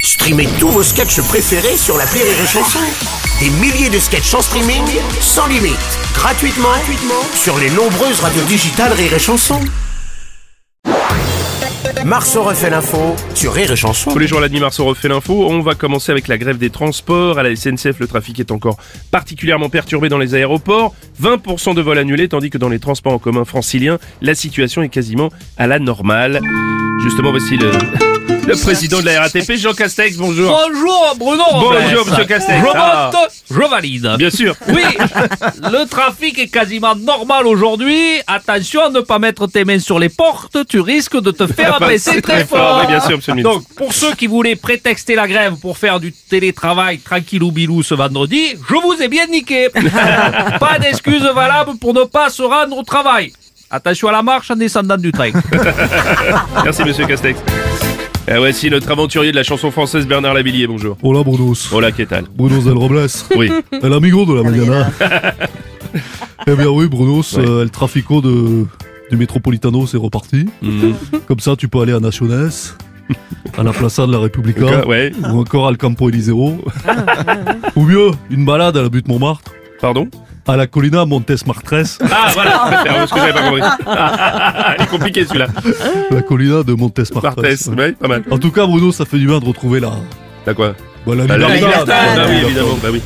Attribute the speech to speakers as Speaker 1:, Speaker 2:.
Speaker 1: Streamez tous vos sketchs préférés sur la Rire et Chanson. Des milliers de sketchs en streaming, sans limite, gratuitement, gratuitement sur les nombreuses radios digitales Rire et Chanson. Marceau refait l'info sur Rire et Chanson.
Speaker 2: Tous les jours, la demi-mars, on refait l'info. On va commencer avec la grève des transports. À la SNCF, le trafic est encore particulièrement perturbé dans les aéroports. 20% de vols annulés, tandis que dans les transports en commun franciliens, la situation est quasiment à la normale. Justement, voici le, le président de la RATP, Jean Castex. Bonjour.
Speaker 3: Bonjour Bruno
Speaker 2: Bonjour, monsieur Castex.
Speaker 3: Je
Speaker 2: Ah.
Speaker 3: vote, je valide.
Speaker 2: Bien sûr.
Speaker 3: Oui, le trafic est quasiment normal aujourd'hui. Attention à ne pas mettre tes mains sur les portes, tu risques de
Speaker 2: Ah,
Speaker 3: te faire
Speaker 2: bah,
Speaker 3: abaisser Ah, très fort.
Speaker 2: Oui, bien sûr, monsieur le ministre.
Speaker 3: Donc, pour ceux qui voulaient prétexter la grève pour faire du télétravail tranquille ou bilou ce vendredi, je vous ai bien niqué. pas d'excuse valable pour ne pas se rendre au travail. Attention à la marche en descendant du train.
Speaker 2: Merci, monsieur Castex. Et voici notre aventurier de la chanson française, Bernard Lavillier. Bonjour.
Speaker 4: Hola Brunos.
Speaker 2: Hola, qu'est-ce que
Speaker 4: Brunos del Robles.
Speaker 2: Oui.
Speaker 4: El amigo de la mañana. eh bien oui Brunos,
Speaker 2: Ouais.
Speaker 4: euh, el trafico de, du Metropolitano c'est reparti.
Speaker 2: Mhm.
Speaker 4: Comme ça tu peux aller à Naciones, à la Plaza de la Repubblica,
Speaker 2: Euh, Ouais. Ah,
Speaker 4: ou encore al Campo Eliseo. ou mieux, une balade à la butte Montmartre,
Speaker 2: Pardon
Speaker 4: à la Colina Montes Martres,
Speaker 2: Ah, voilà. Parce que j'avais pas compris. Il est compliqué, celui-là.
Speaker 4: la Colina de Montes
Speaker 2: Martes.
Speaker 4: Martres.
Speaker 2: Ouais, pas mal.
Speaker 4: En tout cas Bruno, ça fait du bien de retrouver la,
Speaker 2: T'as quoi
Speaker 4: bah, la
Speaker 2: Bah, la
Speaker 4: libertad.
Speaker 2: libertad, Bah oui, évidemment. Bah oui.